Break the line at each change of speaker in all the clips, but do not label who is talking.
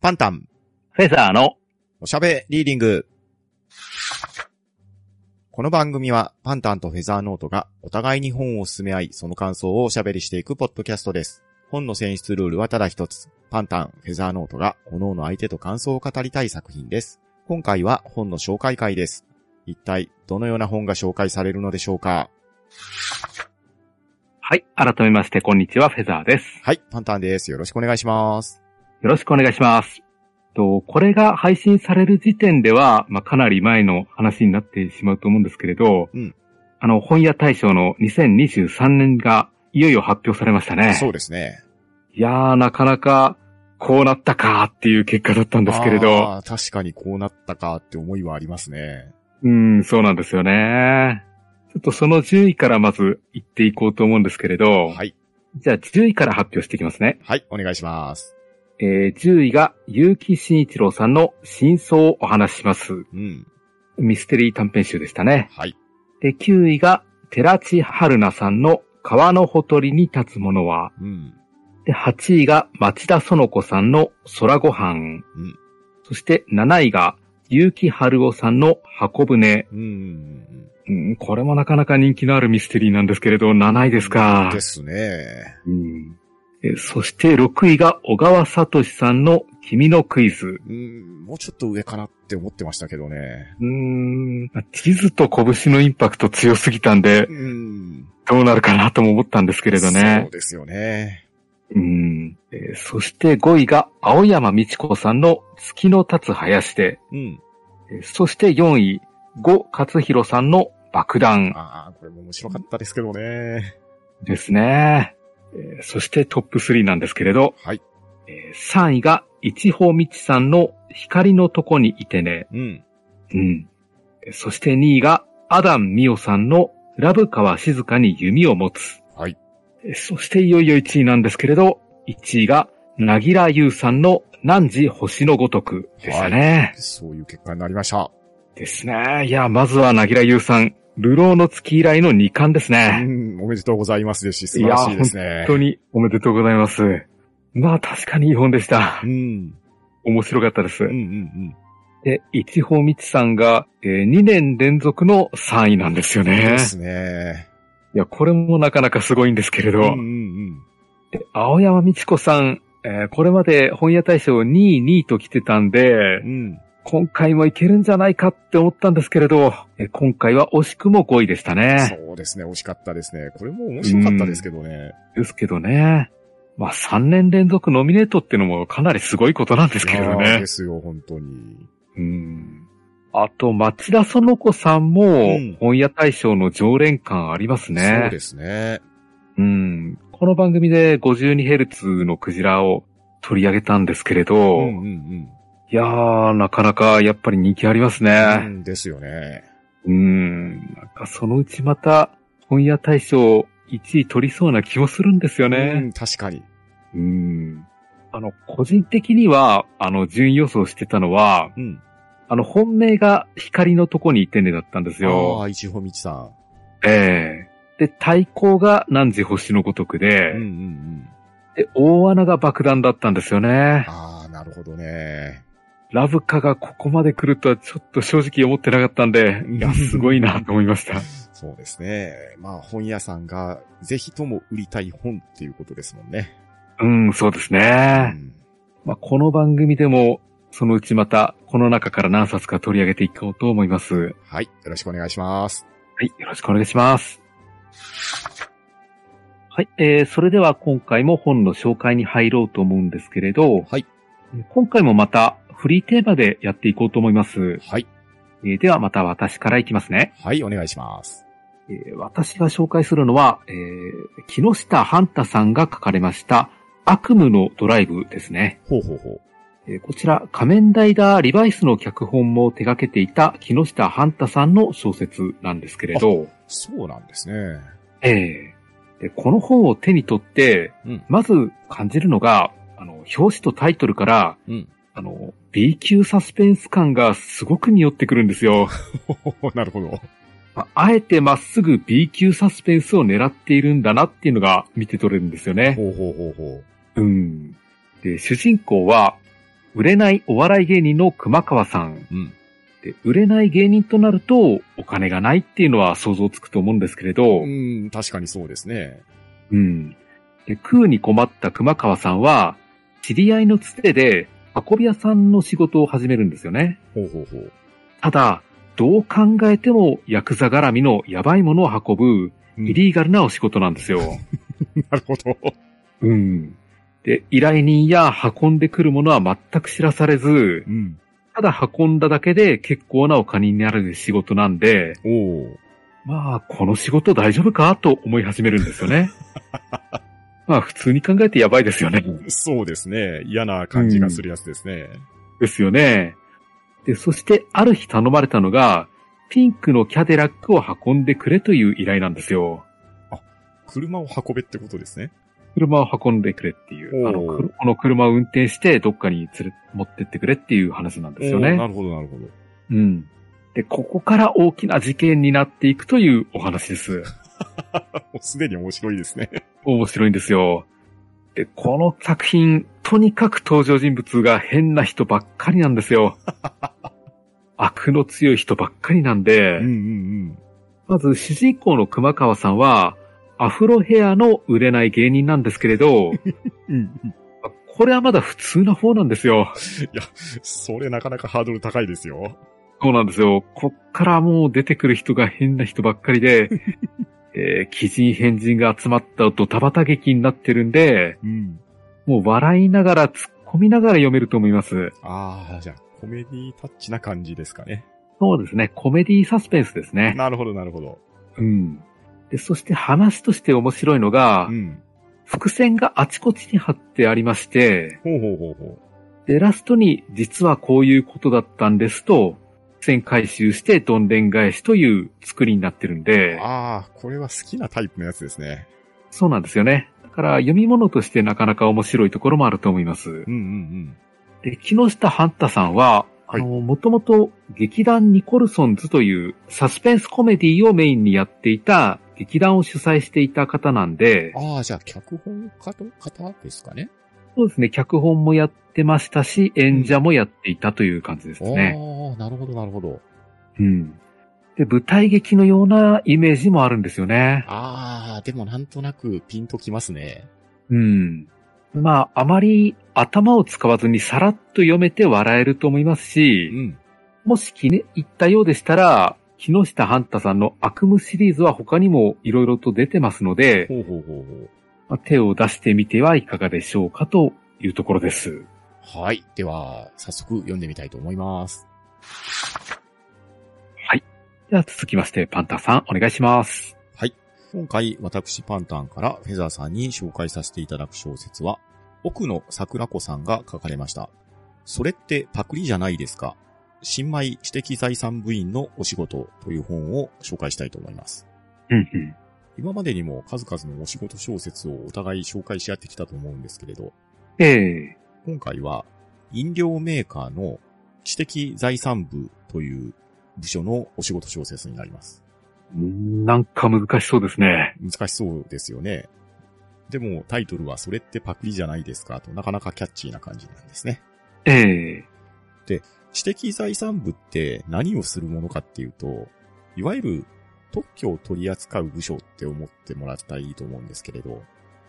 パンタン、
フェザーの、
おしゃべリーディング。この番組は、パンタンとフェザーノートがお互いに本を進め合い、その感想をおしゃべりしていくポッドキャストです。本の選出ルールはただ一つ。パンタン、フェザーノートが、各々の相手と感想を語りたい作品です。今回は本の紹介会です。一体、どのような本が紹介されるのでしょうか
はい、改めまして、こんにちは、フェザーです。
はい、パンタンです。よろしくお願いします。
よろしくお願いします。とこれが配信される時点では、まあ、かなり前の話になってしまうと思うんですけれど、
うん
あの、本屋大賞の2023年がいよいよ発表されましたね。
そうですね。
いやー、なかなか、こうなったかーっていう結果だったんですけれど、
あー。確かにこうなったかって思いはありますね。
うん、そうなんですよね。ちょっとその10位からまず行っていこうと思うんですけれど、
はい。
じゃあ10位から発表していきますね。
はい、お願いします。
えー10位が結城真一郎さんの真相をお話しします。
うん。
ミステリー短編集でしたね。
はい。
で、9位が寺地春菜さんの川のほとりに立つものは。
うん。
で、8位が町田園子さんの空ご飯。
うん
そして7位が結城春夫さんの箱舟、
うんうんうん。
うん。これもなかなか人気のあるミステリーなんですけれど、7位ですか。
ですね。
うんえそして6位が小川聡さんの君のクイズ。
うん、もうちょっと上かなって思ってましたけどね。
うーん、まあ地図と拳のインパクト強すぎたんで、
うん。
どうなるかなとも思ったんです
け
けれどね
そう。ですよね。
うん、えーそして5位が青山美智子さんの月の立つ林で、
うん。
えーそして4位、五勝弘さんの爆弾
ああ、これも面白かったですけどね。
ですね。えーそしてトップ3なんですけれど、
はい。
えー3位が一方道さんの光のとこにいてね。
うん。
うん。そして2位がアダン・ミオさんのラブカは静かに弓を持つ。
はい。
そしていよいよ1位なんですけれど、1位が、なぎらゆうさんの、何時星のごとくでしたね。
そういう結果になりました。
ですね。いや、まずはなぎらゆうさん、流浪の月以来の2冠です
う
ね。
ん、おめでとうございますですし、素晴らしいですね
本。当におめでとうございます。まあ確かにいい本でした
う。ん。
面白かったです
うんう。ん
で、一方みちさんが、え2年連続の3位なんですよ
うん。
ね
で。すね。
いや、これもなかなかすごいんですけれど、
うんうん
で青山美智子さん、えーこれまで本屋大賞2位、2位と来てたんで
うん。う、ん。
今回もいけるんじゃないかって思ったんですけれど、えー今回は惜しくも5位でしたね。
そうですね、惜しかったですね。これも面白かったですけどね。
ですけどね。まあ3年連続ノミネートっていうのもかなりすごいことなんですけれど
いやー
ね
で。すよ、本当に。
うん。あと、町田園子さん
う
も
ん
本屋大賞の常連感ありますね。
そうですね。
うん。この番組で 52Hz のクジラを取り上げたんですけれど、
うんうんうん。
いやー、なかなかやっぱり人気あります
う
ね。
んですよね。
うん。なんかそのうちまた本屋大賞1位取りそうな気もするんですよ
う
ね。
ん、確かに。
うん。あの、個人的には、あの、順位予想してたのは、
うん。
あの、本命が光のとこにいてねだったんです
あ
よ。
あ、一穂道さん。
ええで、対抗が何時星のごとくで、
うんうんうん。
で、大穴が爆弾だったんですよね。
ああ、なるほどね。
ラブカがここまで来るとはちょっと正直思ってなかったんで、いや、すごいなと思いました。
そうですね。まあ、本屋さんが、ぜひとも売りたい本っていうことですもんね。
うん、そうです
う
ね。
ん、
まあ、この番組でも、そのうちまた、この中から何冊か取り上げていこうと思います。は
はい。よろしくお願いします。
い、よろしくお願いします。はい、えー、それでは今回も本の紹介に入ろうと思うんですけれど、
はい。
今回もまたフリーテーマでやっていこうと思います。
はい。
えーではまた私からいきますね。
はい、お願いします。
えー私が紹介するのは、えー木下半太さんが書かれました、悪夢のドライブですね。
ほうほうほう。
えーこちら、仮面ライダーリバイスの脚本も手掛けていた木下半太さんの小説なんですけれど、
そうなんですね。
えーでこの本を手に取って、
うん。
まず感じるのが、あの、表紙とタイトルから、
うん。
あの、B 級サスペンス感がすごく匂ってくるんですよ。
ほほほなるほど。
まああえてまっすぐ B 級サスペンスを狙っているんだなっていうのが見て取れるんですよね。
ほうほうほうほう。
うん。で、主人公は、売れないお笑い芸人の熊川さん。
うん。
で、売れない芸人となると、お金がないっていうのは想像つくと思うんですけれど、
うん、確かにそうですね。
うん。で、食うに困った熊川さんは、知り合いのつてで、運び屋さんの仕事を始めるんですよね。
ほうほうほう。
ただ、どう考えても、ヤクザ絡みのやばいものを運ぶ、
うん
イリーガルなお仕事なんですよ。
なるほど。
うん。で、依頼人や運んでくるものは全く知らされず
う、ん。
ただ運んだだけで結構なお金になる仕事なんで、
おお。
まあ、この仕事大丈夫かと思い始めるんですよ ね。まあ、普通に考えてやばいですよね。
そうですね。嫌な感じがするやつですね。
ですよね。で、そして、ある日頼まれたのが、ピンクのキャデラックを運んでくれという依頼なんですよ。
車を運べってことですね。
車を運んでくれっていう。
おー
あの、くるこの車を運転してどっかに連れ、持ってってくれっていう話なんですよ
おーな
ね。
るほど、なるほど。
うん。で、ここから大きな事件になっていくというお話です。
もうすでに面白いですね。
面白いんですよ。で、この作品、とにかく登場人物が変な人ばっかりなんで すよ。悪の強い人ばっかりなんで、
うん
まず主人公の熊川さんは、アフロヘアの売れない芸人なんですけれど、
うん。うん。
これはまだ普通な方なんですよ。
それなかなかハードル高いですよ。
そうなんですよ。こっからもう出てくる人が変な人ばっか りで、えー、奇人変人が集まったドタバタ劇になってるんで、
うん。
もう笑いながら突っ込みながら読めると思います。
ああ、じゃあ、コメディタッチな感じですかね。
そうですね。コメディサスペンスですね。
なるほど、なるほど。
うん。で、そして話として面白いのが、
うん。
伏線があちこちに貼ってありまして、
ほうほうほうほ
で、ラストに、実はこういうことだったんですと、伏線回収してどんでん返しという作りになってるん
う。
で、
ああ、これは好きなタイプのやつですね。
そうなんですよね。だから読み物としてなかなか面白いところもあると思います。
うんうん
で、木下ハンタさんは、
はい
あの、もともと劇団ニコルソンズというサスペンスコメディをメインにやっていた劇団を主催していた方なんで、
ああ、じゃあ、脚本家と方ですかね。
そうですね、脚本もやってましたし、演者もやっていたという感じですね。
ああ、なるほど、なるほど。
うん。で、舞台劇のようなイメージもあるんですよね。
ああ、でもなんとなくピンときますね。
うん。まあ、あまり頭を使わずにさらっと読めて笑えると思います
う
し、
ん。
もし気に入ったようでしたら、木下ハンタさんの悪夢シリーズは他にも色々と出てますので、
ほうほうほうほう。
まあ手を出してみてはいかがでしょうかというところです。
はい。では、早速読んでみたいと思います。
では続きまして、パンタさんお願いします。
はい。今回、私パンタンからフェザーさんに紹介させていただく小説は、奥野桜子さんが書かれました。それってパクリじゃないですか新米知的財産部員のお仕事という本を紹介したいと思います。
うんうん。
今までにも数々のお仕事小説をお互い紹介し合ってきたと思うんですけれど、
ええ
今回は飲料メーカーの知的財産部という部署のお仕事小説になります。
うんなんか難しそうですね。
難しそうですよね。でもタイトルはそれってパクリじゃないですかとなかなかキャッチーな感じなんですね。
ええ
知的財産部って何をするものかっていうと、いわゆる特許を取り扱う部署って思ってもらったらいいと思うんですけれど、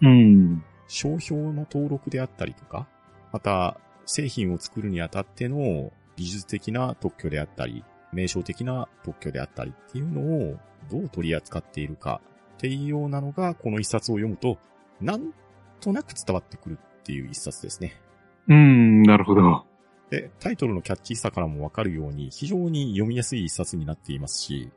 うん。
商標の登録であったりとか、また製品を作るにあたっての技術的な特許であったり、名称的な特許であったりっていうのをどう取り扱っているかっていうようなのがこの一冊を読むとなんとなく伝わってくるっていう一冊ですね。
うん、なるほど。
で、タイトルのキャッチーさからもわかるように非常に読みやすい一冊になっていますし、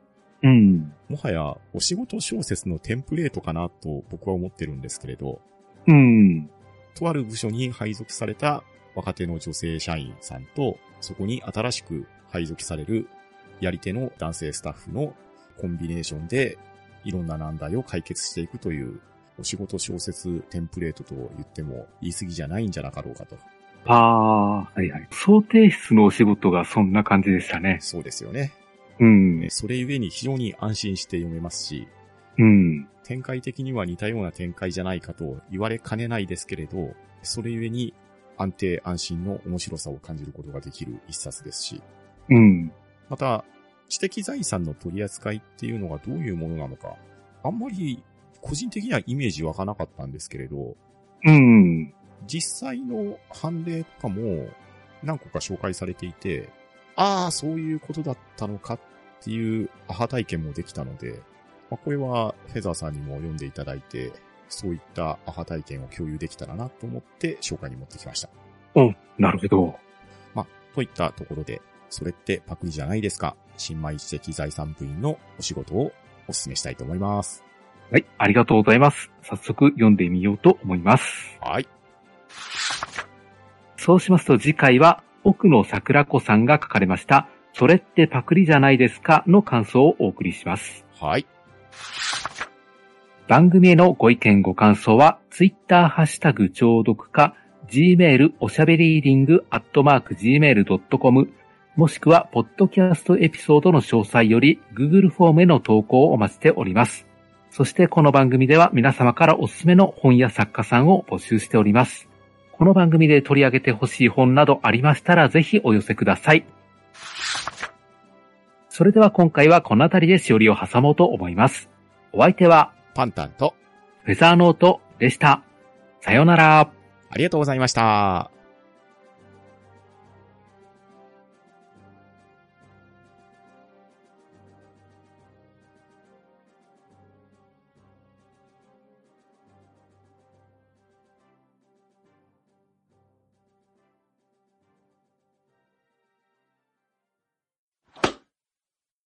うん。
もはやお仕事小説のテンプレートかなと僕は思ってるんですけれど、
うん。
とある部署に配属された若手の女性社員さんと、そこに新しく配属されるやり手の男性スタッフのコンビネーションでいろんな難題を解決していくというお仕事小説テンプレートと言っても言い過ぎじゃないんじゃなかろうかと。
ああ、はいはい。想定室のお仕事がそんな感じでしたね。
そうですよね。
うん。
それゆえに非常に安心して読めますし、
うん。
展開的には似たような展開じゃないかと言われかねないですけれど、それゆえに安定安心の面白さを感じることができる一冊ですし、
うん。
また、知的財産の取り扱いっていうのがどういうものなのか、あんまり個人的にはイメージ湧かなかったんですけれど、
うん。
実際の判例とかも何個か紹介されていて、ああ、そういうことだったのかっていうアハ体験もできたので、まあ、これはフェザーさんにも読んでいただいて、そういったアハ体験を共有できたらなと思って紹介に持ってきました。
お、なるほど。
まあ、といったところで、それってパクリじゃないですか。新米知的財産部員のお仕事をお勧めしたいと思います。
はい、ありがとうございます。早速読んでみようと思います。
はい。
そうしますと次回は奥野桜子さんが書かれました、それってパクリじゃないですかの感想をお送りします。
はい。
番組へのご意見ご感想は、Twitter ハッシュタグ聴読か、gmail おしゃべりーディングアットマーク gmail.com もしくは、ポッドキャストエピソードの詳細より Google フォームへの投稿をお待ちしております。そしてこの番組では皆様からおすすめの本や作家さんを募集しております。この番組で取り上げてほしい本などありましたらぜひお寄せください。それでは今回はこの辺りでしおりを挟もうと思います。お相手は
パンタンと、
フェザーノートでした。さようなら。
ありがとうございました。